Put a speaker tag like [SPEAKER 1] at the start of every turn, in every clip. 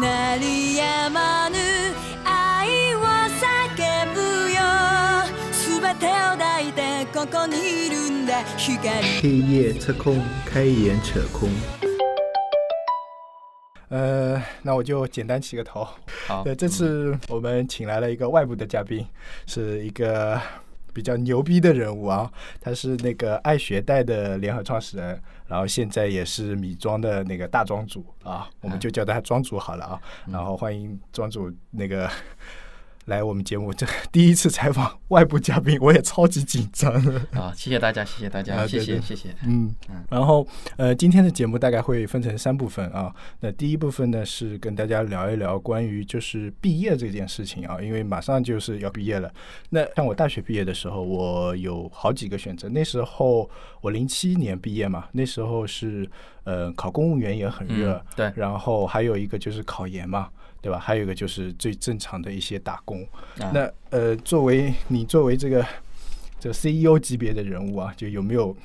[SPEAKER 1] 鳴りやまぬ愛を叫ぶよ全てを抱いてここにいるんだ光
[SPEAKER 2] 黑夜测控，开眼扯空。
[SPEAKER 3] 呃，那我就简单起个头。嗯呃
[SPEAKER 4] 好，
[SPEAKER 3] 对，这次我们请来了一个外部的嘉宾，是一个比较牛逼的人物啊，他是那个爱学贷的联合创始人，然后现在也是米庄的那个大庄主啊，我们就叫他庄主好了啊。然后欢迎庄主那个 来我们节目，这第一次采访外部嘉宾，我也超级紧张。
[SPEAKER 4] 啊，谢谢大家，谢谢大家，
[SPEAKER 3] 啊
[SPEAKER 4] 谢
[SPEAKER 3] 对
[SPEAKER 4] 谢
[SPEAKER 3] 对
[SPEAKER 4] 谢谢。
[SPEAKER 3] 嗯，然后呃，今天的节目大概会分成三部分啊。那第一部分呢是跟大家聊一聊关于就是毕业这件事情啊，因为马上就是要毕业了。那像我大学毕业的时候，我有好几个选择。那时候我零七年毕业嘛，那时候是呃考公务员也很热，
[SPEAKER 4] 嗯，对，
[SPEAKER 3] 然后还有一个就是考研嘛，对吧？还有一个就是最正常的一些打工。
[SPEAKER 4] 啊
[SPEAKER 3] 那呃，作为你作为这个这 CEO 级别的人物啊，就有没有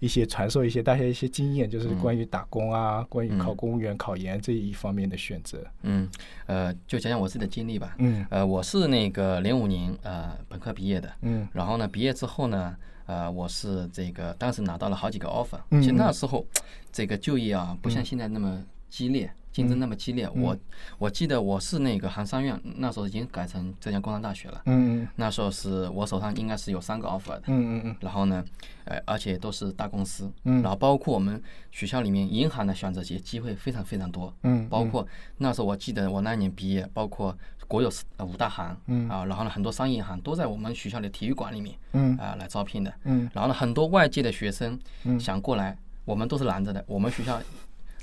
[SPEAKER 3] 一些传授一些大家一些经验，就是
[SPEAKER 4] 嗯
[SPEAKER 3] 关于打工啊，关于考
[SPEAKER 4] 嗯
[SPEAKER 3] 公务员、考研这一方面的选择？
[SPEAKER 4] 嗯，呃，就讲讲我自己的经历吧。
[SPEAKER 3] 嗯
[SPEAKER 4] 呃，我是那个零五年呃本科毕业的，
[SPEAKER 3] 嗯
[SPEAKER 4] 然后呢，毕业之后呢，呃，我是这个当时拿到了好几个 offer，
[SPEAKER 3] 嗯
[SPEAKER 4] 其实那
[SPEAKER 3] 嗯
[SPEAKER 4] 时候这个就业啊，不像现在那么激烈，竞
[SPEAKER 3] 嗯
[SPEAKER 4] 争那么激烈。我我记得我是那个航商院，那时候已经改成浙江工商大学了，
[SPEAKER 3] 嗯
[SPEAKER 4] 那时候是我手上应该是有三个 offer 的。
[SPEAKER 3] 嗯嗯嗯
[SPEAKER 4] 然后呢，呃，而且都是大公司，
[SPEAKER 3] 嗯
[SPEAKER 4] 然后包括我们学校里面银行的选择机机会非常非常多，
[SPEAKER 3] 嗯，
[SPEAKER 4] 包括那时候我记得我那一年毕业，包括国有四呃五大行，
[SPEAKER 3] 嗯
[SPEAKER 4] 啊，然后呢很多商业银行都在我们学校的体育馆里面
[SPEAKER 3] 嗯
[SPEAKER 4] 啊来招聘的，
[SPEAKER 3] 嗯
[SPEAKER 4] 然后呢很多外界的学生
[SPEAKER 3] 嗯
[SPEAKER 4] 想过来，我们都是拦着的，我们学校。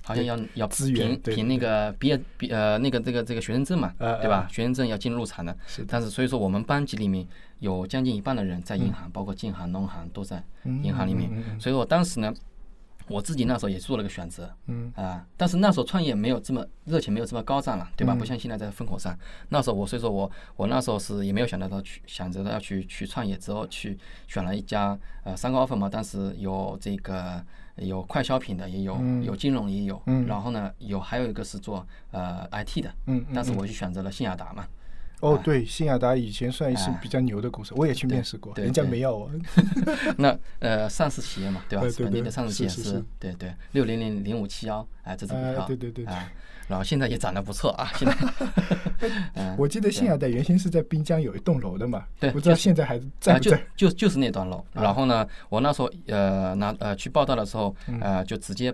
[SPEAKER 4] 好像要要
[SPEAKER 3] 资源
[SPEAKER 4] 凭
[SPEAKER 3] 对
[SPEAKER 4] 凭那个毕业毕呃那个这个这个学生证嘛，
[SPEAKER 3] 呃
[SPEAKER 4] 对吧？学生证要进入场的，
[SPEAKER 3] 是的
[SPEAKER 4] 但是所以说我们班级里面有将近一半的人在银行，包括建行、农行都在银行里面，
[SPEAKER 3] 嗯嗯嗯嗯
[SPEAKER 4] 所以我当时呢，我自己那时候也做了个选择，
[SPEAKER 3] 嗯
[SPEAKER 4] 啊，但是那时候创业没有这么热情，没有这么高涨了，
[SPEAKER 3] 嗯
[SPEAKER 4] 对吧？不像现在在风口上。那时候我所以说我我那时候是也没有想到到去想着要去去创业，之后去选了一家呃三个 offer 嘛，当时有这个有快消品的，也有、
[SPEAKER 3] 嗯
[SPEAKER 4] 有金融也有，然后呢有还有一个是做呃 IT 的，
[SPEAKER 3] 嗯嗯
[SPEAKER 4] 但是我就选择了信雅达嘛，
[SPEAKER 3] 哦，对，信雅达以前算是
[SPEAKER 4] 啊
[SPEAKER 3] 比较牛的公司，我也去面试过，
[SPEAKER 4] 对
[SPEAKER 3] 人家
[SPEAKER 4] 对
[SPEAKER 3] 没要 我。
[SPEAKER 4] 那呃，上市企业嘛，对吧？
[SPEAKER 3] 哎
[SPEAKER 4] 是
[SPEAKER 3] 对
[SPEAKER 4] 本地
[SPEAKER 3] 对
[SPEAKER 4] 的上市企业
[SPEAKER 3] 是是是
[SPEAKER 4] 对对，六零零零五七幺，哎，这只股
[SPEAKER 3] 哎
[SPEAKER 4] 票，
[SPEAKER 3] 对对对对
[SPEAKER 4] 啊，然后现在也涨得不错啊，现在，嗯，
[SPEAKER 3] 我记得信雅达原先是在滨江有一栋楼的嘛，
[SPEAKER 4] 对
[SPEAKER 3] 不知道现在还在
[SPEAKER 4] 啊，
[SPEAKER 3] 不
[SPEAKER 4] 就
[SPEAKER 3] 在？
[SPEAKER 4] 就就是那段楼。然后呢，我那时候呃拿呃去报道的时候，
[SPEAKER 3] 嗯
[SPEAKER 4] 呃就直接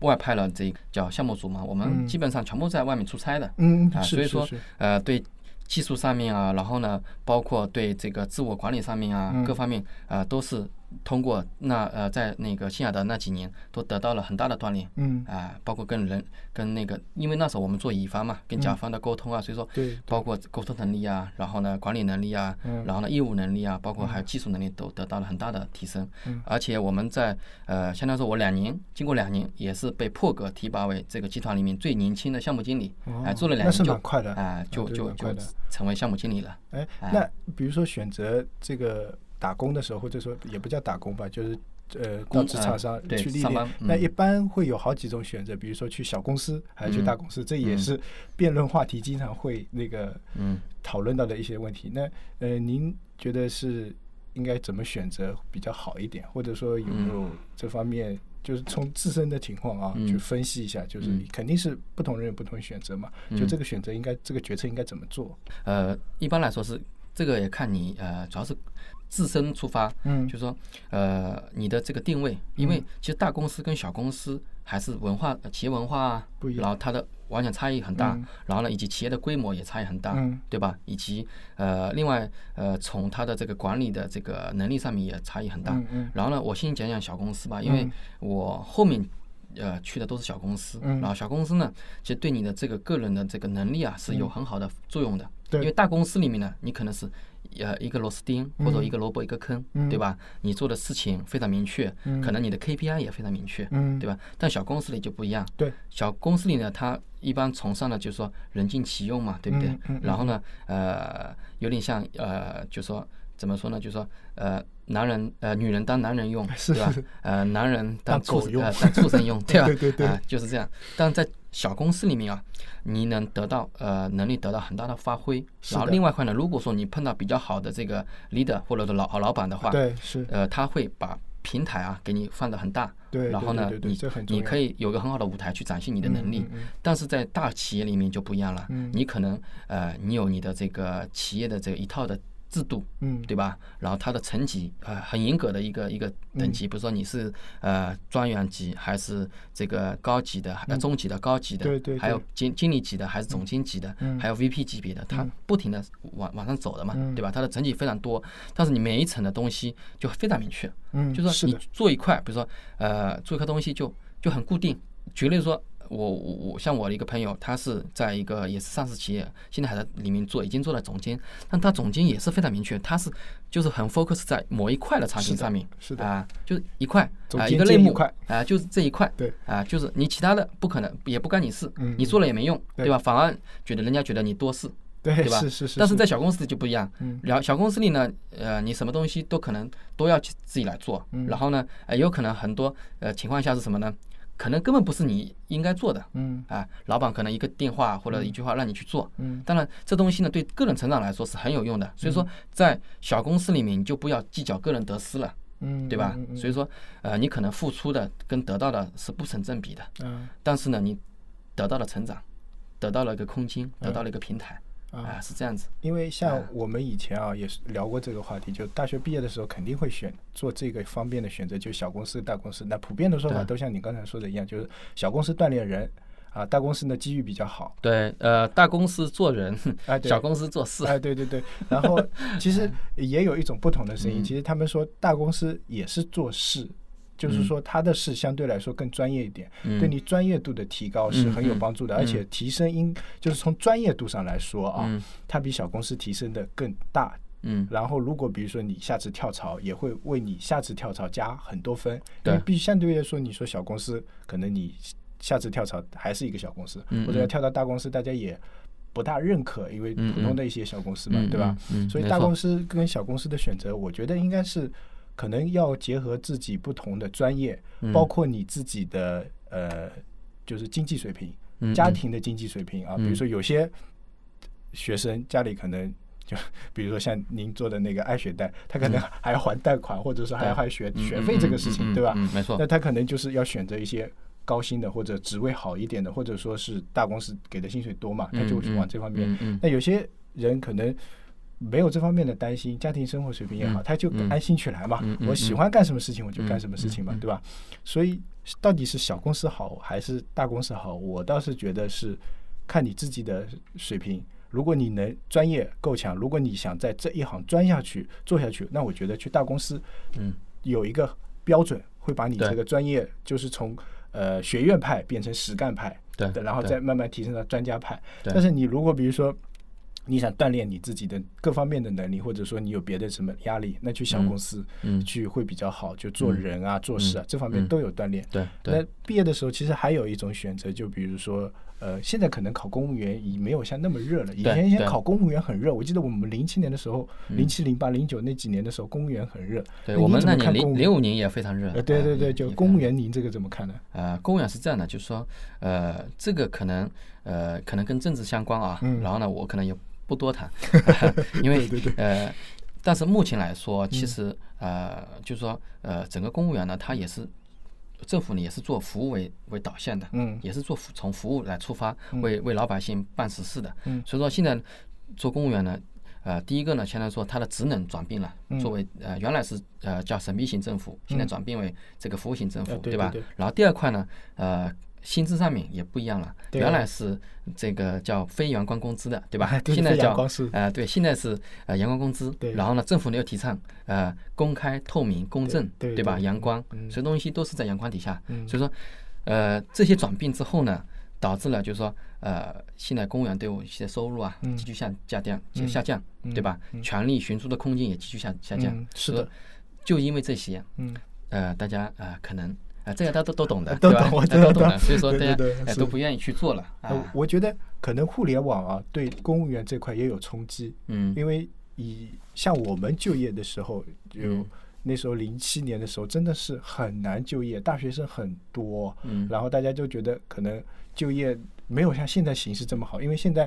[SPEAKER 4] 外派了这个叫项目组嘛，我们基本上全部在外面出差的，
[SPEAKER 3] 嗯，
[SPEAKER 4] 啊，
[SPEAKER 3] 是
[SPEAKER 4] 所以
[SPEAKER 3] 是
[SPEAKER 4] 说
[SPEAKER 3] 是
[SPEAKER 4] 呃对技术上面啊，然后呢包括对这个自我管理上面啊、
[SPEAKER 3] 嗯
[SPEAKER 4] 各方面啊、呃都是通过那呃在那个新雅的那几年都得到了很大的锻炼。
[SPEAKER 3] 嗯
[SPEAKER 4] 啊、包括跟人跟那个，因为那时候我们做乙方嘛，跟甲
[SPEAKER 3] 嗯
[SPEAKER 4] 方的沟通啊，所以说
[SPEAKER 3] 对对
[SPEAKER 4] 包括沟通能力啊，然后呢管理能力啊，
[SPEAKER 3] 嗯
[SPEAKER 4] 然后呢业务能力啊，包括还有技术能力都得到了很大的提升。
[SPEAKER 3] 嗯
[SPEAKER 4] 而且我们在呃，相当于说我两年，经过两年也是被破格提拔为这个集团里面最年轻的项目经理，哎、
[SPEAKER 3] 哦
[SPEAKER 4] 做了两
[SPEAKER 3] 那
[SPEAKER 4] 年
[SPEAKER 3] 是
[SPEAKER 4] 就
[SPEAKER 3] 蛮快的
[SPEAKER 4] 啊、
[SPEAKER 3] 啊
[SPEAKER 4] 就
[SPEAKER 3] 对
[SPEAKER 4] 就
[SPEAKER 3] 蛮
[SPEAKER 4] 就
[SPEAKER 3] 快的
[SPEAKER 4] 成为项目经理了。
[SPEAKER 3] 哎，
[SPEAKER 4] 哎
[SPEAKER 3] 那比如说选择这个打工的时候，或者说也不叫打工吧，就是呃到
[SPEAKER 4] 工
[SPEAKER 3] 职
[SPEAKER 4] 呃
[SPEAKER 3] 场上
[SPEAKER 4] 对
[SPEAKER 3] 去历
[SPEAKER 4] 上
[SPEAKER 3] 练
[SPEAKER 4] 班，
[SPEAKER 3] 那
[SPEAKER 4] 嗯
[SPEAKER 3] 一般会有好几种选择，比如说去小公司还是去大
[SPEAKER 4] 嗯
[SPEAKER 3] 公司，这也是辩论话题经常会那个
[SPEAKER 4] 嗯
[SPEAKER 3] 讨论到的一些问题。那呃，您觉得是应该怎么选择比较好一点，或者说有没有这方面？就是从自身的情况啊，
[SPEAKER 4] 嗯
[SPEAKER 3] 去分析一下，就是
[SPEAKER 4] 嗯
[SPEAKER 3] 肯定是不同人有不同的选择嘛。就
[SPEAKER 4] 嗯
[SPEAKER 3] 这个选择应该，这个决策应该怎么做？
[SPEAKER 4] 呃，一般来说是这个也看你呃，主要是自身出发，
[SPEAKER 3] 嗯
[SPEAKER 4] 就是说呃你的这个定位，因为其实大公司跟小公司还是文化、呃企业文化啊
[SPEAKER 3] 不一，样
[SPEAKER 4] 然后它的完全差异很大，
[SPEAKER 3] 嗯
[SPEAKER 4] 然后呢，以及企业的规模也差异很大，
[SPEAKER 3] 嗯
[SPEAKER 4] 对吧？以及呃，另外呃，从它的这个管理的这个能力上面也差异很大。
[SPEAKER 3] 嗯嗯
[SPEAKER 4] 然后呢，我先讲讲小公司吧，因为
[SPEAKER 3] 嗯
[SPEAKER 4] 我后面。呃，去的都是小公司，
[SPEAKER 3] 嗯
[SPEAKER 4] 然后小公司呢，其实对你的这个个人的这个能力啊是有很好的作用的。
[SPEAKER 3] 嗯对
[SPEAKER 4] 因为大公司里面呢，你可能是呃一个螺丝钉或
[SPEAKER 3] 嗯
[SPEAKER 4] 者一个萝卜一个坑，对吧？你做的事情非常明确，可能你的 KPI 也非常明确，
[SPEAKER 3] 嗯
[SPEAKER 4] 对吧？但小公司里就不一样，
[SPEAKER 3] 对，
[SPEAKER 4] 小公司里呢，它一般崇尚的就是说人尽其用嘛，对不对？
[SPEAKER 3] 嗯嗯嗯
[SPEAKER 4] 然后呢，呃，有点像呃，就说怎么说呢？就说呃，男人呃，女人当男人用，
[SPEAKER 3] 是
[SPEAKER 4] 对吧
[SPEAKER 3] 是？
[SPEAKER 4] 呃，男人当
[SPEAKER 3] 当狗
[SPEAKER 4] 畜生
[SPEAKER 3] 用
[SPEAKER 4] 呃，当畜生用，对吧？
[SPEAKER 3] 对对对
[SPEAKER 4] 啊就是这样。但在小公司里面啊，你能得到呃能力得到很大的发挥。然后
[SPEAKER 3] 的
[SPEAKER 4] 另外一块呢，如果说你碰到比较好的这个 leader 或者说老老板的话，
[SPEAKER 3] 对，是
[SPEAKER 4] 呃，他会把平台啊给你放得很大，
[SPEAKER 3] 对对
[SPEAKER 4] 然后
[SPEAKER 3] 对
[SPEAKER 4] 呢
[SPEAKER 3] 对，对
[SPEAKER 4] 你
[SPEAKER 3] 这很重
[SPEAKER 4] 你
[SPEAKER 3] 要
[SPEAKER 4] 可以有个很好的舞台去展现你的能力。
[SPEAKER 3] 嗯嗯嗯
[SPEAKER 4] 但是在大企业里面就不一样了，
[SPEAKER 3] 嗯
[SPEAKER 4] 你可能呃，你有你的这个企业的这一套的制度，
[SPEAKER 3] 嗯，
[SPEAKER 4] 对吧？然后它的层级呃很严格的一个一个
[SPEAKER 3] 嗯
[SPEAKER 4] 等级，比如说你是呃专员级还是这个高级的、呃中级的、高级的，
[SPEAKER 3] 嗯对对
[SPEAKER 4] 还有
[SPEAKER 3] 对
[SPEAKER 4] 经经理级的还是总经级的，
[SPEAKER 3] 嗯
[SPEAKER 4] 还有 VP 级别的，它
[SPEAKER 3] 嗯
[SPEAKER 4] 不停的往往上走的嘛，
[SPEAKER 3] 嗯
[SPEAKER 4] 对吧？它的层级非常多，但是你每一层的东西就非常明确，
[SPEAKER 3] 嗯，
[SPEAKER 4] 就是说你
[SPEAKER 3] 的，
[SPEAKER 4] 做一块，比如说呃做一块东西就就很固定。举例说，我我我像我的一个朋友，他是在一个也是上市企业，现在还在里面做，已经做了总监，但他总监也是非常明确，他是就是很 focus 在某一块的产品上面，
[SPEAKER 3] 是的
[SPEAKER 4] 啊，就是一块
[SPEAKER 3] 总
[SPEAKER 4] 啊、
[SPEAKER 3] 监
[SPEAKER 4] 一个
[SPEAKER 3] 接
[SPEAKER 4] 类
[SPEAKER 3] 一
[SPEAKER 4] 目
[SPEAKER 3] 块
[SPEAKER 4] 啊、就是这一块，
[SPEAKER 3] 对
[SPEAKER 4] 啊、就是你其他的不可能也不干你事，
[SPEAKER 3] 嗯
[SPEAKER 4] 你做了也没用，
[SPEAKER 3] 对
[SPEAKER 4] 对吧？反而觉得人家觉得你多事，
[SPEAKER 3] 对
[SPEAKER 4] 对吧？
[SPEAKER 3] 是是是，
[SPEAKER 4] 但是在小公司就不一样
[SPEAKER 3] 嗯，
[SPEAKER 4] 然后小公司里呢，呃，你什么东西都可能都要去自己来做，
[SPEAKER 3] 嗯
[SPEAKER 4] 然后呢，呃，有可能很多呃情况下是什么呢？可能根本不是你应该做的。
[SPEAKER 3] 嗯
[SPEAKER 4] 啊，老板可能一个电话或者一句话让你去做，
[SPEAKER 3] 嗯
[SPEAKER 4] 当然这东西呢对个人成长来说是很有用的，所以说在小公司里面你就不要计较个人得失了，
[SPEAKER 3] 嗯，
[SPEAKER 4] 对吧？所
[SPEAKER 3] 以
[SPEAKER 4] 以说，呃，你可能付出的跟得到的是不成正比的，
[SPEAKER 3] 嗯
[SPEAKER 4] 但是呢，你得到了成长，得到了一个空间，得到了一个平台，
[SPEAKER 3] 啊
[SPEAKER 4] 啊，，是这样子，
[SPEAKER 3] 因为像
[SPEAKER 4] 嗯
[SPEAKER 3] 我们以前啊，也是聊过这个话题，就大学毕业的时候肯定会选做这个方面的选择，就小公司、大公司。那普遍的说法
[SPEAKER 4] 对
[SPEAKER 3] 都像你刚才说的一样，就是小公司锻炼人，啊，大公司呢机遇比较好。
[SPEAKER 4] 对，呃，大公司做人，
[SPEAKER 3] 哎对
[SPEAKER 4] 小公司做事，
[SPEAKER 3] 哎，对对对，然后其 实也有一种不同的声音，
[SPEAKER 4] 嗯
[SPEAKER 3] 其实他们说大公司也是做事，就是说他的事相对来说更专业一点，
[SPEAKER 4] 嗯
[SPEAKER 3] 对你专业度的提高是很有帮助的，
[SPEAKER 4] 嗯嗯
[SPEAKER 3] 而且提升应就是从专业度上来说啊，
[SPEAKER 4] 嗯
[SPEAKER 3] 它比小公司提升的更大。
[SPEAKER 4] 嗯，
[SPEAKER 3] 然后，如果比如说你下次跳槽，也会为你下次跳槽加很多分，因
[SPEAKER 4] 对
[SPEAKER 3] 为必相对来说，你说小公司可能你下次跳槽还是一个小公司，
[SPEAKER 4] 嗯
[SPEAKER 3] 或者要
[SPEAKER 4] 嗯
[SPEAKER 3] 跳到大公司，大家也不大认可，因为
[SPEAKER 4] 嗯
[SPEAKER 3] 普通
[SPEAKER 4] 嗯
[SPEAKER 3] 的一些小公司嘛，
[SPEAKER 4] 嗯
[SPEAKER 3] 对吧？
[SPEAKER 4] 嗯嗯
[SPEAKER 3] 所以
[SPEAKER 4] 没
[SPEAKER 3] 大
[SPEAKER 4] 错
[SPEAKER 3] 公司跟小公司的选择，我觉得应该是可能要结合自己不同的专业，
[SPEAKER 4] 嗯
[SPEAKER 3] 包括你自己的呃，就是经济水平、
[SPEAKER 4] 嗯
[SPEAKER 3] 家
[SPEAKER 4] 嗯
[SPEAKER 3] 庭的经济水平啊。比
[SPEAKER 4] 嗯
[SPEAKER 3] 如说有些学生家里可能。就 比如说像您做的那个爱学贷，他可能还要还贷款，或者说还要还学
[SPEAKER 4] 嗯
[SPEAKER 3] 学
[SPEAKER 4] 嗯
[SPEAKER 3] 费这个事情，
[SPEAKER 4] 嗯嗯
[SPEAKER 3] 对吧？
[SPEAKER 4] 嗯，没错
[SPEAKER 3] 那，他可能就是要选择一些高薪的，或者职位好一点的，或者说是大公司给的薪水多嘛，他就
[SPEAKER 4] 嗯
[SPEAKER 3] 是往这方面
[SPEAKER 4] 嗯 嗯
[SPEAKER 3] 那有些人可能没有这方面的担心，家庭生活水平也好，
[SPEAKER 4] 嗯
[SPEAKER 3] 他就
[SPEAKER 4] 嗯
[SPEAKER 3] 安心去来嘛。
[SPEAKER 4] 嗯嗯
[SPEAKER 3] 我喜欢干什么事情我就干
[SPEAKER 4] 嗯
[SPEAKER 3] 什么事情嘛，
[SPEAKER 4] 嗯嗯
[SPEAKER 3] 对吧？所以到底是小公司好还是大公司好，我倒是觉得是看你自己的水平。如果你能专业够强，如果你想在这一行钻下去、做下去，那我觉得去大公司
[SPEAKER 4] 嗯
[SPEAKER 3] 有一个标准，会把你
[SPEAKER 4] 对
[SPEAKER 3] 这个专业就是从呃学院派变成实干派，
[SPEAKER 4] 对
[SPEAKER 3] 然后
[SPEAKER 4] 对
[SPEAKER 3] 再慢慢提升到专家派。
[SPEAKER 4] 对
[SPEAKER 3] 但是你如果比如说你想锻炼你自己的各方面的能力，或者说你有别的什么压力，那去小公司
[SPEAKER 4] 嗯
[SPEAKER 3] 去会比较好，就做人啊、做事啊、这方面
[SPEAKER 4] 嗯
[SPEAKER 3] 都有锻炼。
[SPEAKER 4] 对
[SPEAKER 3] 那
[SPEAKER 4] 对，
[SPEAKER 3] 毕业的时候，其实还有一种选择，就比如说，呃，现在可能考公务员已没有像那么热了。以
[SPEAKER 4] 对
[SPEAKER 3] 前以前
[SPEAKER 4] 对嗯
[SPEAKER 3] 考公务员很热，我记得我们零七年的时候，零七零八零九那几年的时候，公务员很热。
[SPEAKER 4] 对
[SPEAKER 3] 你
[SPEAKER 4] 我们
[SPEAKER 3] 怎
[SPEAKER 4] 那
[SPEAKER 3] 么
[SPEAKER 4] 年
[SPEAKER 3] 看公
[SPEAKER 4] 零
[SPEAKER 3] 务
[SPEAKER 4] 零
[SPEAKER 3] 员？
[SPEAKER 4] 五年也非常热，
[SPEAKER 3] 呃，对
[SPEAKER 4] 啊
[SPEAKER 3] 对对，
[SPEAKER 4] 也
[SPEAKER 3] 就
[SPEAKER 4] 也
[SPEAKER 3] 公务
[SPEAKER 4] 非常热
[SPEAKER 3] 员，您这个怎么看呢？
[SPEAKER 4] 呃，公务员是这样的，就是说，呃，这个可能，呃，可能跟政治相关啊。
[SPEAKER 3] 嗯
[SPEAKER 4] 然后呢，我可能也不 多谈， 因为呃，但是目前来
[SPEAKER 3] 嗯
[SPEAKER 4] 说，其实、呃，就是说，呃，整个公务员呢，他也是政府呢也是做服务为为导向的，
[SPEAKER 3] 嗯
[SPEAKER 4] 也是做服从服务来出发，为为老百姓办实事的。
[SPEAKER 3] 嗯
[SPEAKER 4] 所以说现在做公务员呢。呃，第一个呢，相当于说它的职能转变了，
[SPEAKER 3] 嗯
[SPEAKER 4] 作为呃原来是呃叫神秘型政府，现在
[SPEAKER 3] 嗯
[SPEAKER 4] 转变为这个服务型政府，
[SPEAKER 3] 呃对
[SPEAKER 4] 吧？
[SPEAKER 3] 对对
[SPEAKER 4] 然后第二块呢，呃，薪资上面也不一样了，
[SPEAKER 3] 对
[SPEAKER 4] 原来是这个叫非阳光工资的，对吧？
[SPEAKER 3] 对
[SPEAKER 4] 现在
[SPEAKER 3] 非阳
[SPEAKER 4] 叫
[SPEAKER 3] 光是
[SPEAKER 4] 呃对，现在是呃阳光工资
[SPEAKER 3] 对，
[SPEAKER 4] 然后呢，政府呢又提倡呃公开、透明、公正，
[SPEAKER 3] 对对
[SPEAKER 4] 吧？
[SPEAKER 3] 对
[SPEAKER 4] 阳光
[SPEAKER 3] 嗯，
[SPEAKER 4] 所有东西都是在阳光底下，
[SPEAKER 3] 嗯
[SPEAKER 4] 所以说，呃，这些转变之后呢。导致了就是说，呃，现在公务员队伍现在收入啊
[SPEAKER 3] 嗯
[SPEAKER 4] 急剧下下降，下降，对吧？权力寻租的空间也急剧下下降
[SPEAKER 3] 嗯，是
[SPEAKER 4] 所以
[SPEAKER 3] 的
[SPEAKER 4] 就因为这些，
[SPEAKER 3] 嗯，
[SPEAKER 4] 呃，大家呃可能呃这个大家都都懂的，
[SPEAKER 3] 都
[SPEAKER 4] 对吧
[SPEAKER 3] 懂我
[SPEAKER 4] 哎
[SPEAKER 3] 知道
[SPEAKER 4] 都懂
[SPEAKER 3] 懂
[SPEAKER 4] 的，所以说
[SPEAKER 3] 对
[SPEAKER 4] 大家
[SPEAKER 3] 对对
[SPEAKER 4] 哎
[SPEAKER 3] 是
[SPEAKER 4] 都不愿意去做了啊
[SPEAKER 3] 呃，我觉得可能互联网啊对公务员这块也有冲击，
[SPEAKER 4] 嗯
[SPEAKER 3] 因为以像我们就业的时候，有
[SPEAKER 4] 嗯
[SPEAKER 3] 那时候零七年的时候真的是很难就业，大学生很多，
[SPEAKER 4] 嗯
[SPEAKER 3] 然后大家就觉得可能就业没有像现在形势这么好，因为现在，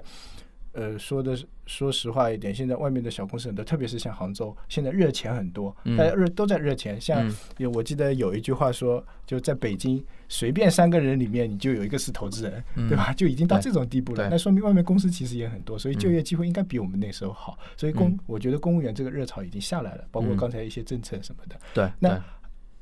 [SPEAKER 3] 呃，说的是说实话一点，现在外面的小公司很多，特别是像杭州，现在热钱很多，
[SPEAKER 4] 嗯
[SPEAKER 3] 大家热都在热钱。像
[SPEAKER 4] 嗯
[SPEAKER 3] 有我记得有一句话说，就在北京随便三个人里面，你就有一个是投资人，
[SPEAKER 4] 嗯
[SPEAKER 3] 对吧？啊就已经到
[SPEAKER 4] 对
[SPEAKER 3] 这种地步了，
[SPEAKER 4] 对
[SPEAKER 3] 那说明外面公司其实也很多，所以就
[SPEAKER 4] 嗯
[SPEAKER 3] 业机会应该比我们那时候好。所以公，
[SPEAKER 4] 嗯
[SPEAKER 3] 我觉得公务员这个热潮已经下来了，包括
[SPEAKER 4] 嗯
[SPEAKER 3] 刚才一些政策什么的。
[SPEAKER 4] 对，
[SPEAKER 3] 那
[SPEAKER 4] 对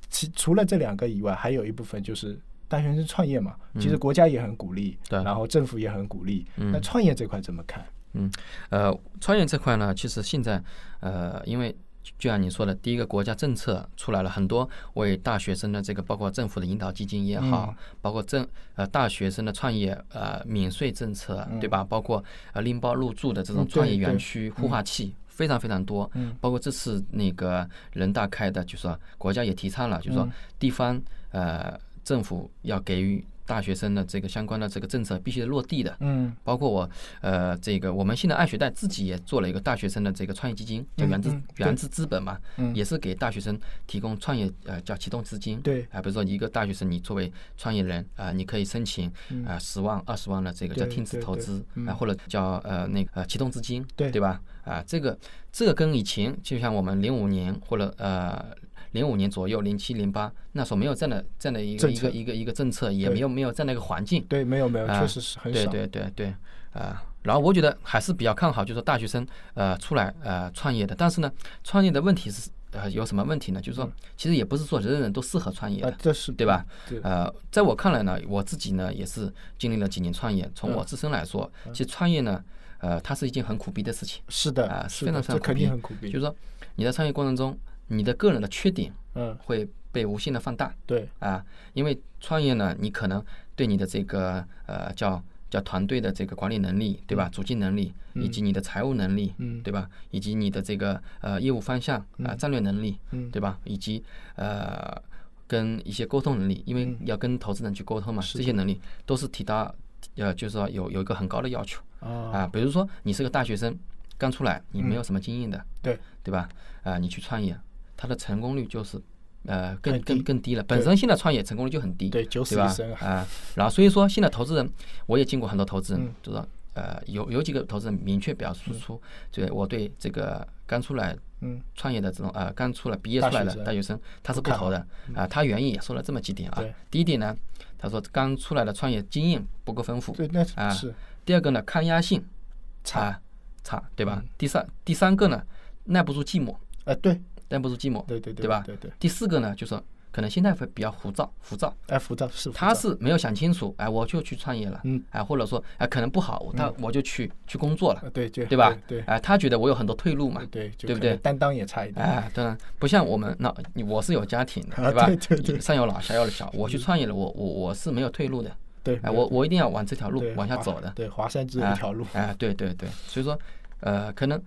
[SPEAKER 3] 其除了这两个以外，还有一部分就是大学生创业嘛，其实
[SPEAKER 4] 嗯
[SPEAKER 3] 国家也很鼓励，
[SPEAKER 4] 对
[SPEAKER 3] 然后政府也很鼓励。
[SPEAKER 4] 嗯
[SPEAKER 3] 那创业这块怎么看？
[SPEAKER 4] 嗯，呃，创业这块呢，其实现在呃，因为就像你说的，第一个国家政策出来了很多为大学生的这个，包括政府的引导基金也好，
[SPEAKER 3] 嗯
[SPEAKER 4] 包括政呃大学生的创业呃免税政策，对吧？包括呃拎包入住的这
[SPEAKER 3] 嗯
[SPEAKER 4] 种
[SPEAKER 3] 对
[SPEAKER 4] 创业
[SPEAKER 3] 对
[SPEAKER 4] 园区孵化器。非常非常多，
[SPEAKER 3] 嗯
[SPEAKER 4] 包括这次那个人大开的，就说国家也提倡了，就说
[SPEAKER 3] 嗯
[SPEAKER 4] 地方呃政府要给予大学生的这个相关的这个政策必须落地的，
[SPEAKER 3] 嗯
[SPEAKER 4] 包括我，呃，这个我们现在爱学贷自己也做了一个大学生的这个创业基金，叫
[SPEAKER 3] 嗯
[SPEAKER 4] 原资
[SPEAKER 3] 嗯对
[SPEAKER 4] 原资资本嘛，
[SPEAKER 3] 嗯
[SPEAKER 4] 也是给大学生提供创业呃叫启动资金。
[SPEAKER 3] 对
[SPEAKER 4] 啊、比如说一个大学生，你作为创业人啊、你可以申请
[SPEAKER 3] 嗯
[SPEAKER 4] 啊十、10万、二十万的这个叫
[SPEAKER 3] 对
[SPEAKER 4] 听资
[SPEAKER 3] 对
[SPEAKER 4] 投
[SPEAKER 3] 对
[SPEAKER 4] 资啊、
[SPEAKER 3] 嗯
[SPEAKER 4] 或者叫呃那个呃启动资金，
[SPEAKER 3] 对
[SPEAKER 4] 对吧？啊、这个这个跟以前就像我们零五年或者呃。零五年左右，零七零八那时候没有这样的这样的一个
[SPEAKER 3] 政
[SPEAKER 4] 一
[SPEAKER 3] 策
[SPEAKER 4] 个一个一个政策，也
[SPEAKER 3] 对
[SPEAKER 4] 没有没有这样的一个环境，
[SPEAKER 3] 对，没有没有，
[SPEAKER 4] 啊
[SPEAKER 3] 确实是很少。
[SPEAKER 4] 对对对对，啊，然后我觉得还是比较看好，就是说大学生呃出来呃创业的，但是呢，创业的问题是呃有什么问题呢？
[SPEAKER 3] 嗯
[SPEAKER 4] 就是说，其实也不是说人人都适合创业的。
[SPEAKER 3] 啊，这是
[SPEAKER 4] 对吧？
[SPEAKER 3] 对，
[SPEAKER 4] 呃，在我看来呢，我自己呢也是经历了几年创业。从
[SPEAKER 3] 嗯
[SPEAKER 4] 我自身来说，其实创业呢，呃，它是一件很苦逼的事情，
[SPEAKER 3] 是的，
[SPEAKER 4] 啊
[SPEAKER 3] 是
[SPEAKER 4] 非
[SPEAKER 3] 的，
[SPEAKER 4] 常非常
[SPEAKER 3] 这肯
[SPEAKER 4] 苦
[SPEAKER 3] 定
[SPEAKER 4] 逼
[SPEAKER 3] 很苦逼。
[SPEAKER 4] 就是说你在创业过程中，你的个人的缺点
[SPEAKER 3] 嗯，
[SPEAKER 4] 会被无限的放大。
[SPEAKER 3] 对，
[SPEAKER 4] 啊，因为创业呢，你可能对你的这个呃叫叫团队的这个管理能力，对吧？组织能力，以及你的财务能力，
[SPEAKER 3] 嗯
[SPEAKER 4] 对吧？以及你的这个呃业务方向啊、呃战略能力，
[SPEAKER 3] 嗯
[SPEAKER 4] 对吧？以及呃跟一些沟通能力，因
[SPEAKER 3] 嗯
[SPEAKER 4] 为要跟投资人去沟通嘛，这些能力都是提到呃就是说有有一个很高的要求
[SPEAKER 3] 啊，嗯
[SPEAKER 4] 啊，比如说你是个大学生，刚出来，你没有什么经验的，
[SPEAKER 3] 对，
[SPEAKER 4] 对吧？啊、你去创业，它的成功率就是呃更
[SPEAKER 3] 很低
[SPEAKER 4] 更更低了。本身现在创业成功率就很低，
[SPEAKER 3] 对九死一生
[SPEAKER 4] 吧
[SPEAKER 3] 啊？
[SPEAKER 4] 啊、然后所以说现在投资人，我也见过很多投资人，
[SPEAKER 3] 嗯
[SPEAKER 4] 就说呃有有几个投资人明确表示出，对我对这个刚出来。
[SPEAKER 3] 嗯，
[SPEAKER 4] 创业的这种呃，刚出来毕业
[SPEAKER 3] 大
[SPEAKER 4] 出来
[SPEAKER 3] 学
[SPEAKER 4] 的
[SPEAKER 3] 生
[SPEAKER 4] 大学生，他是
[SPEAKER 3] 不
[SPEAKER 4] 不
[SPEAKER 3] 看
[SPEAKER 4] 投的啊。他原因也说了这么几点啊
[SPEAKER 3] 对。
[SPEAKER 4] 第一点呢，他说刚出来的创业经验不够丰富
[SPEAKER 3] 对，那
[SPEAKER 4] 啊。
[SPEAKER 3] 是
[SPEAKER 4] 第二个呢，抗压性差差，对吧？
[SPEAKER 3] 嗯
[SPEAKER 4] 第三第三个呢，耐不住寂寞，
[SPEAKER 3] 啊，对
[SPEAKER 4] 耐不住寂寞，
[SPEAKER 3] 对对
[SPEAKER 4] 对吧？
[SPEAKER 3] 对对，
[SPEAKER 4] 第四个呢，就是可能心态会比较浮躁，浮躁，
[SPEAKER 3] 哎，浮躁是浮
[SPEAKER 4] 他
[SPEAKER 3] 躁
[SPEAKER 4] 是没有想清楚，哎，我就去创业了，
[SPEAKER 3] 嗯，
[SPEAKER 4] 哎，或者说，哎，可能不好，我他我就去去工作了
[SPEAKER 3] 啊，，对对
[SPEAKER 4] 对吧？
[SPEAKER 3] 对
[SPEAKER 4] 哎，他觉得我有很多退路嘛，
[SPEAKER 3] 对，就
[SPEAKER 4] 对不
[SPEAKER 3] 可能
[SPEAKER 4] 对
[SPEAKER 3] 担当也差一点。
[SPEAKER 4] 哎，当然不像我们那，你我是有家庭的，
[SPEAKER 3] 啊
[SPEAKER 4] 吧？
[SPEAKER 3] 对对对
[SPEAKER 4] 上有老下有小，我去创业了，我我我是没有退路的，
[SPEAKER 3] 对，
[SPEAKER 4] 哎，我我一定要往这条路
[SPEAKER 3] 对
[SPEAKER 4] 往下
[SPEAKER 3] 华
[SPEAKER 4] 走的，
[SPEAKER 3] 对，华山只有一条路。
[SPEAKER 4] 哎、对对对，所以说，呃，可能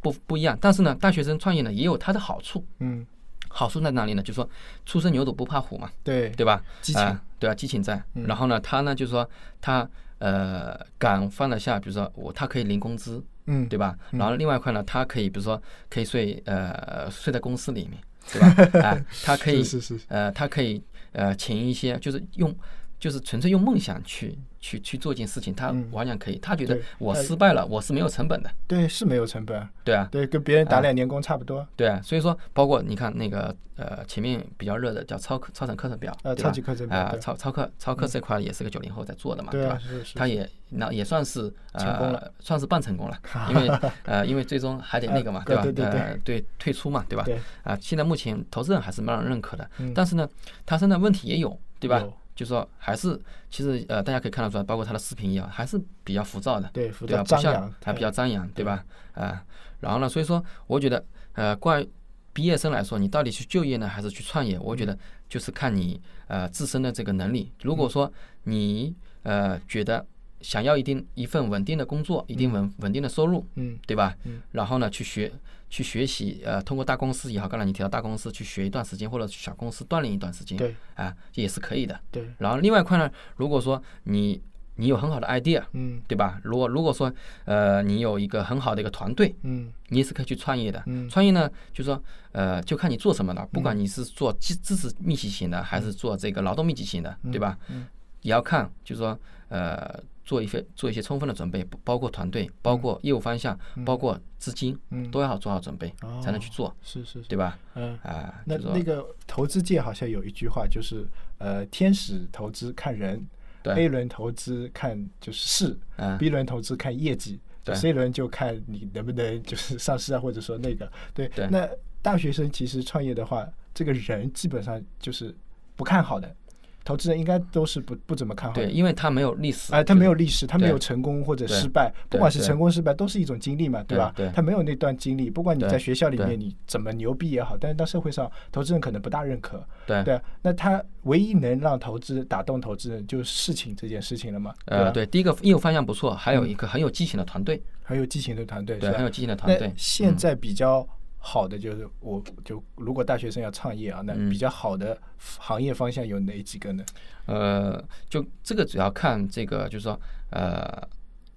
[SPEAKER 4] 不不一样，但是呢，大学生创业呢也有它的好处，
[SPEAKER 3] 嗯，
[SPEAKER 4] 好处在哪里呢？就是说，初生牛犊不怕虎嘛，
[SPEAKER 3] 对
[SPEAKER 4] 对吧？
[SPEAKER 3] 激情嗯
[SPEAKER 4] 啊对啊，激情在。然后呢，他呢就是说他呃敢放得下，比如说我他可以领工资，
[SPEAKER 3] 嗯，
[SPEAKER 4] 对吧？然后另外一块呢，他可以比如说可以睡呃睡在公司里面，对吧？啊，他可以
[SPEAKER 3] 是是是
[SPEAKER 4] 呃他可以呃请一些就是用。就是纯粹用梦想去去去做一件事情，他完全可以。他觉
[SPEAKER 3] 嗯
[SPEAKER 4] 得
[SPEAKER 3] 对
[SPEAKER 4] 我
[SPEAKER 3] 他
[SPEAKER 4] 失败了，我是没有成本的，
[SPEAKER 3] 对，是没有成本，
[SPEAKER 4] 对啊，
[SPEAKER 3] 对，跟别人打两年工差不多。
[SPEAKER 4] 对啊，所以说包括你看那个呃前面比较热的叫超课超程课程表，
[SPEAKER 3] 呃
[SPEAKER 4] 对吧
[SPEAKER 3] 超级课程表
[SPEAKER 4] 啊
[SPEAKER 3] 对
[SPEAKER 4] 超超课超课这块也是个九零后在做的嘛，
[SPEAKER 3] 对啊
[SPEAKER 4] 吧
[SPEAKER 3] 是？是
[SPEAKER 4] 他也那也算是
[SPEAKER 3] 成功了
[SPEAKER 4] 呃算是半 成功了，因为呃因为最终还得那个嘛
[SPEAKER 3] 啊，
[SPEAKER 4] 吧
[SPEAKER 3] 对对？对
[SPEAKER 4] 呃对退出嘛，对吧
[SPEAKER 3] 对？
[SPEAKER 4] 啊，现在目前投资人还是蛮让人认可的
[SPEAKER 3] 嗯，
[SPEAKER 4] 但是呢，他现在问题也有，对吧
[SPEAKER 3] 有？
[SPEAKER 4] 就说还是，其实呃，大家可以看得出来，包括他的视频一样，还是比较浮躁的，
[SPEAKER 3] 对浮
[SPEAKER 4] 对吧？
[SPEAKER 3] 躁
[SPEAKER 4] 不
[SPEAKER 3] 张
[SPEAKER 4] 像
[SPEAKER 3] 扬
[SPEAKER 4] 还比较张扬，对吧？啊，然后呢，所以说我觉得，呃，关于毕业生来说，你到底去就业呢，还是去创业？我觉得就是看你呃自身的这个能力。如果说你呃觉得想要一定一份稳定的工作，一定稳稳定的收入，
[SPEAKER 3] 嗯，
[SPEAKER 4] 对吧？然后呢，去学去学习，呃，通过大公司也好，刚才你提到大公司去学一段时间，或者去小公司锻炼一段时间，
[SPEAKER 3] 对
[SPEAKER 4] 啊，这也是可以的。
[SPEAKER 3] 对
[SPEAKER 4] 然后另外一块呢，如果说你你有很好的 idea，
[SPEAKER 3] 嗯
[SPEAKER 4] 对吧？如果如果说呃你有一个很好的一个团队，
[SPEAKER 3] 嗯
[SPEAKER 4] 你也是可以去创业的。
[SPEAKER 3] 嗯
[SPEAKER 4] 创业呢，就说呃，就看你做什么了，不管你是做知知识密集型的，还是做这个劳动密集型的，对吧？
[SPEAKER 3] 嗯
[SPEAKER 4] 也要看，就是说呃，做一些做一些充分的准备，包括团队，包括业务方向，包括资金，
[SPEAKER 3] 嗯哦
[SPEAKER 4] 都要做好准备，才能去做，
[SPEAKER 3] 是是是，
[SPEAKER 4] 对吧？
[SPEAKER 3] 嗯。
[SPEAKER 4] 啊、
[SPEAKER 3] 那
[SPEAKER 4] 就说
[SPEAKER 3] 那个投资界好像有一句话，就是呃，天使投资看人
[SPEAKER 4] 对
[SPEAKER 3] ，A 轮投资看就是势
[SPEAKER 4] 嗯
[SPEAKER 3] ，B 轮投资看业绩
[SPEAKER 4] 对
[SPEAKER 3] ，C 轮就看你能不能就是上市啊，或者说那个对。
[SPEAKER 4] 对
[SPEAKER 3] 那大学生其实创业的话，这个人基本上就是不看好的，投资人应该都是不不怎么看好的。
[SPEAKER 4] 对，因为他没有历史，
[SPEAKER 3] 哎，他没
[SPEAKER 4] 就是
[SPEAKER 3] 有历史，他没
[SPEAKER 4] 对
[SPEAKER 3] 有成功或者
[SPEAKER 4] 对
[SPEAKER 3] 失败，不
[SPEAKER 4] 对
[SPEAKER 3] 管是
[SPEAKER 4] 对
[SPEAKER 3] 成功失败，都是一种经历嘛，
[SPEAKER 4] 对
[SPEAKER 3] 吧
[SPEAKER 4] 对？
[SPEAKER 3] 他没有那段经历，不管你
[SPEAKER 4] 对
[SPEAKER 3] 在学校里
[SPEAKER 4] 对
[SPEAKER 3] 面你怎么牛逼也好，但是到社会上，投资人可能不大认可。
[SPEAKER 4] 对
[SPEAKER 3] 对，啊那他唯一能让投资打动投资人，就是事情这件事情了嘛，
[SPEAKER 4] 呃，
[SPEAKER 3] 吧？
[SPEAKER 4] 对，第一个业务方向不错，还有一个很有激情的团队，
[SPEAKER 3] 很有激情的团队，
[SPEAKER 4] 对，
[SPEAKER 3] 是吧
[SPEAKER 4] 很有激情的团队
[SPEAKER 3] 那。现在比较好的就是，我就如果大学生要创业啊，那
[SPEAKER 4] 嗯
[SPEAKER 3] 比较好的行业方向有哪几个呢？
[SPEAKER 4] 呃，就这个主要看这个，就是说，呃，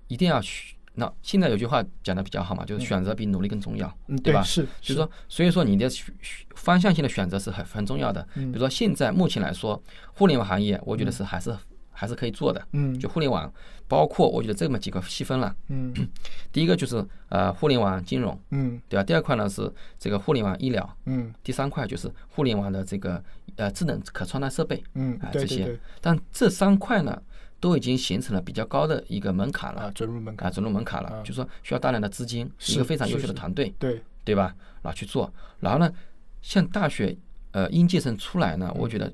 [SPEAKER 4] 一定要选。那现在有句话讲的比较好嘛，就是选择比努力更重要，
[SPEAKER 3] 嗯，
[SPEAKER 4] 对吧？
[SPEAKER 3] 是，
[SPEAKER 4] 就是说，所以说你的选选方向性的选择是很很重要的。
[SPEAKER 3] 嗯
[SPEAKER 4] 比如说现在目前来说，互联网行业，我觉得是还是、还是可以做的。
[SPEAKER 3] 嗯
[SPEAKER 4] 就互联网，包括我觉得这么几个细分了。
[SPEAKER 3] 嗯
[SPEAKER 4] 第一个就是呃互联网金融，
[SPEAKER 3] 嗯
[SPEAKER 4] 对吧？第二块呢是这个互联网医疗，
[SPEAKER 3] 嗯
[SPEAKER 4] 第三块就是互联网的这个呃智能可穿戴设备，
[SPEAKER 3] 嗯
[SPEAKER 4] 啊，
[SPEAKER 3] 对
[SPEAKER 4] 这
[SPEAKER 3] 对对
[SPEAKER 4] 些，。但这三块呢，都已经形成了比较高的一个门槛
[SPEAKER 3] 啊，
[SPEAKER 4] 了
[SPEAKER 3] 准入门槛
[SPEAKER 4] 啊，，准入门槛了，
[SPEAKER 3] 啊
[SPEAKER 4] 就说需要大量的资金，一
[SPEAKER 3] 是
[SPEAKER 4] 个非常优
[SPEAKER 3] 是
[SPEAKER 4] 秀
[SPEAKER 3] 是
[SPEAKER 4] 的团队，
[SPEAKER 3] 对，
[SPEAKER 4] 对吧？然后去做，然后呢，像大学呃应届生出来呢，
[SPEAKER 3] 嗯
[SPEAKER 4] 我觉得。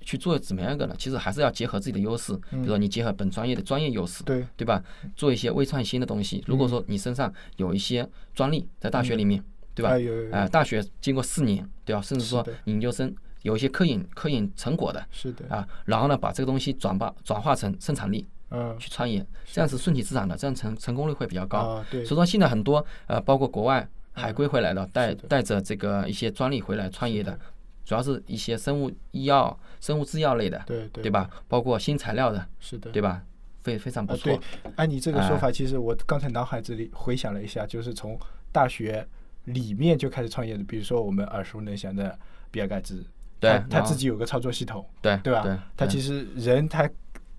[SPEAKER 4] 去做怎么样一个呢？其实还是要结合自己的优势，比
[SPEAKER 3] 嗯
[SPEAKER 4] 如说你结合本专业的专业优势，
[SPEAKER 3] 对
[SPEAKER 4] 对吧？
[SPEAKER 3] 嗯
[SPEAKER 4] 做一些微创新的东西。如果说你身上有一些专利，在大学里面，对吧？
[SPEAKER 3] 啊有有有
[SPEAKER 4] 呃，大学经过四年，对吧？甚至说
[SPEAKER 3] 是的
[SPEAKER 4] 研究生有一些科研科研成果的，
[SPEAKER 3] 是的，
[SPEAKER 4] 啊，然后呢，把这个东西转化转化成生产力
[SPEAKER 3] 嗯，
[SPEAKER 4] 去创业，这样是顺其自然的，这样成成功率会比较高
[SPEAKER 3] 啊。对啊
[SPEAKER 4] 所以说现在很多呃，包括国外海归回来的，带
[SPEAKER 3] 是的
[SPEAKER 4] 带着这个一些专利回来创业的，主要是一些生物医药、生物制药类的，
[SPEAKER 3] 对对
[SPEAKER 4] 对？吧？包括新材料的，
[SPEAKER 3] 是的，
[SPEAKER 4] 对吧？非非常不
[SPEAKER 3] 啊，
[SPEAKER 4] 错啊
[SPEAKER 3] 对。，按你这个说法，其实我刚才脑海子里回想了一下，就是从大学里面就开始创业的，比如说我们耳熟能详的比尔盖茨，
[SPEAKER 4] 对
[SPEAKER 3] 他他
[SPEAKER 4] 然后
[SPEAKER 3] 自己有个操作系统，
[SPEAKER 4] 对
[SPEAKER 3] 对吧？
[SPEAKER 4] 对
[SPEAKER 3] 他
[SPEAKER 4] 对
[SPEAKER 3] 其实人他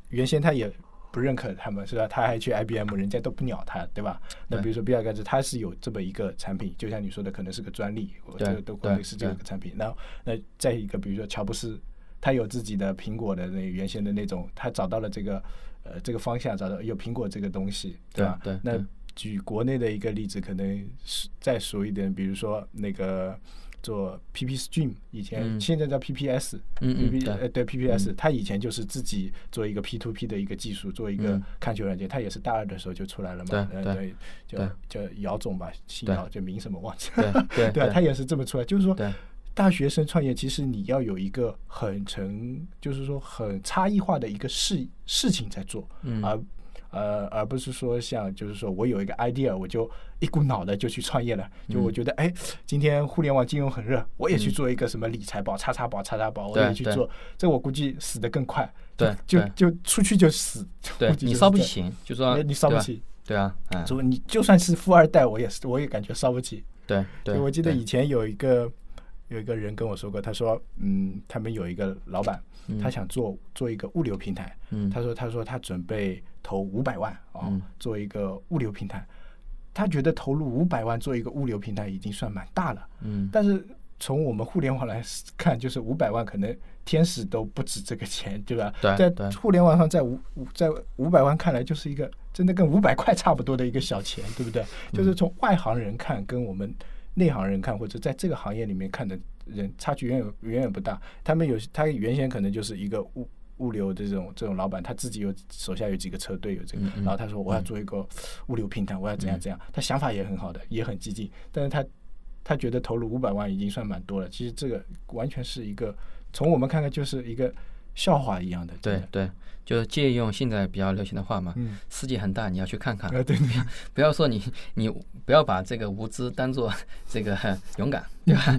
[SPEAKER 3] 原先他也不认可他们是吧？他还去 IBM，人家都不鸟他，对吧？那
[SPEAKER 4] 对
[SPEAKER 3] 比如说比尔盖茨，他是有这么一个产品，就像你说的，可能是个专利，或
[SPEAKER 4] 对
[SPEAKER 3] 者都可
[SPEAKER 4] 对
[SPEAKER 3] 能是这个
[SPEAKER 4] 对
[SPEAKER 3] 产品。然后那再一个，比如说乔布斯，他有自己的苹果的那原先的那种，他找到了这个呃这个方向，找到有苹果这个东西，
[SPEAKER 4] 对
[SPEAKER 3] 吧？
[SPEAKER 4] 对
[SPEAKER 3] 那
[SPEAKER 4] 对
[SPEAKER 3] 举国内的一个例子，可能是再熟一点，比如说那个做 PP Stream，以前
[SPEAKER 4] 嗯
[SPEAKER 3] 现在叫 PPS，
[SPEAKER 4] 嗯嗯
[SPEAKER 3] PP
[SPEAKER 4] 对
[SPEAKER 3] 呃对 PPS，他以前就是自己做一个 P to P 的一个技术，做一个
[SPEAKER 4] 嗯
[SPEAKER 3] 看球软件，他也是大二的时候就出来了嘛，
[SPEAKER 4] 对
[SPEAKER 3] 呃
[SPEAKER 4] 对
[SPEAKER 3] 对，就
[SPEAKER 4] 对
[SPEAKER 3] 叫姚总吧，姓
[SPEAKER 4] 对
[SPEAKER 3] 姚，就名什么忘记
[SPEAKER 4] 对
[SPEAKER 3] 了，
[SPEAKER 4] 对
[SPEAKER 3] 对啊，
[SPEAKER 4] 对
[SPEAKER 3] 他也是这么出来，就是说
[SPEAKER 4] 对。
[SPEAKER 3] 大学生创业，其实你要有一个很成，就是说很差异化的一个事事情在做，
[SPEAKER 4] 嗯
[SPEAKER 3] 而呃，而不是说像就是说我有一个 idea，我就一股脑的就去创业了。
[SPEAKER 4] 嗯
[SPEAKER 3] 就我觉得，哎，今天互联网金融很热，我也去做一个什么理财宝、叉叉宝、叉叉宝，我
[SPEAKER 4] 对
[SPEAKER 3] 也去
[SPEAKER 4] 对
[SPEAKER 3] 做。这我估计死得更快，
[SPEAKER 4] 对
[SPEAKER 3] 就
[SPEAKER 4] 对
[SPEAKER 3] 就出去就死。
[SPEAKER 4] 对
[SPEAKER 3] 估计
[SPEAKER 4] 你
[SPEAKER 3] 就是
[SPEAKER 4] 烧不
[SPEAKER 3] 这样，
[SPEAKER 4] 起，就说
[SPEAKER 3] 你你烧不
[SPEAKER 4] 对吧
[SPEAKER 3] 起。
[SPEAKER 4] 对啊，嗯，
[SPEAKER 3] 就你就算是富二代，我也是，我也感觉烧不起。
[SPEAKER 4] 对对，
[SPEAKER 3] 我记得
[SPEAKER 4] 对
[SPEAKER 3] 以前有一个有一个人跟我说过，他说，嗯，他们有一个老板，他想做做一个物流平台，
[SPEAKER 4] 嗯
[SPEAKER 3] 他说他说他准备投五百万啊、
[SPEAKER 4] 嗯
[SPEAKER 3] 做一个物流平台，他觉得投入五百万做一个物流平台已经算蛮大了，
[SPEAKER 4] 嗯
[SPEAKER 3] 但是从我们互联网来 看，就是五百万可能天使都不止这个钱，对吧？
[SPEAKER 4] 对
[SPEAKER 3] 在
[SPEAKER 4] 对
[SPEAKER 3] 互联网上，在五五在五百万看来，就是一个真的跟五百块差不多的一个小钱，对不对？
[SPEAKER 4] 嗯
[SPEAKER 3] 就是从外行人看，跟我们内行人看，或者在这个行业里面看的人，差距远远远远不大。他们有他原先可能就是一个物。物流的这种这种老板，他自己有手下有几个车队，有这个，然后他说我要做一个物流平台，我要怎样怎样，他想法也很好的，也很激进，但是他他觉得投入五百万已经算蛮多了。其实这个完全是一个从我们看看就是一个笑话一样的。
[SPEAKER 4] 对
[SPEAKER 3] 真的
[SPEAKER 4] 对，就是借用现在比较流行的话嘛，
[SPEAKER 3] 嗯
[SPEAKER 4] 世界很大，你要去看看，
[SPEAKER 3] 啊，对对
[SPEAKER 4] 不要说你你 不要把这个无知当做这个勇敢，对吧？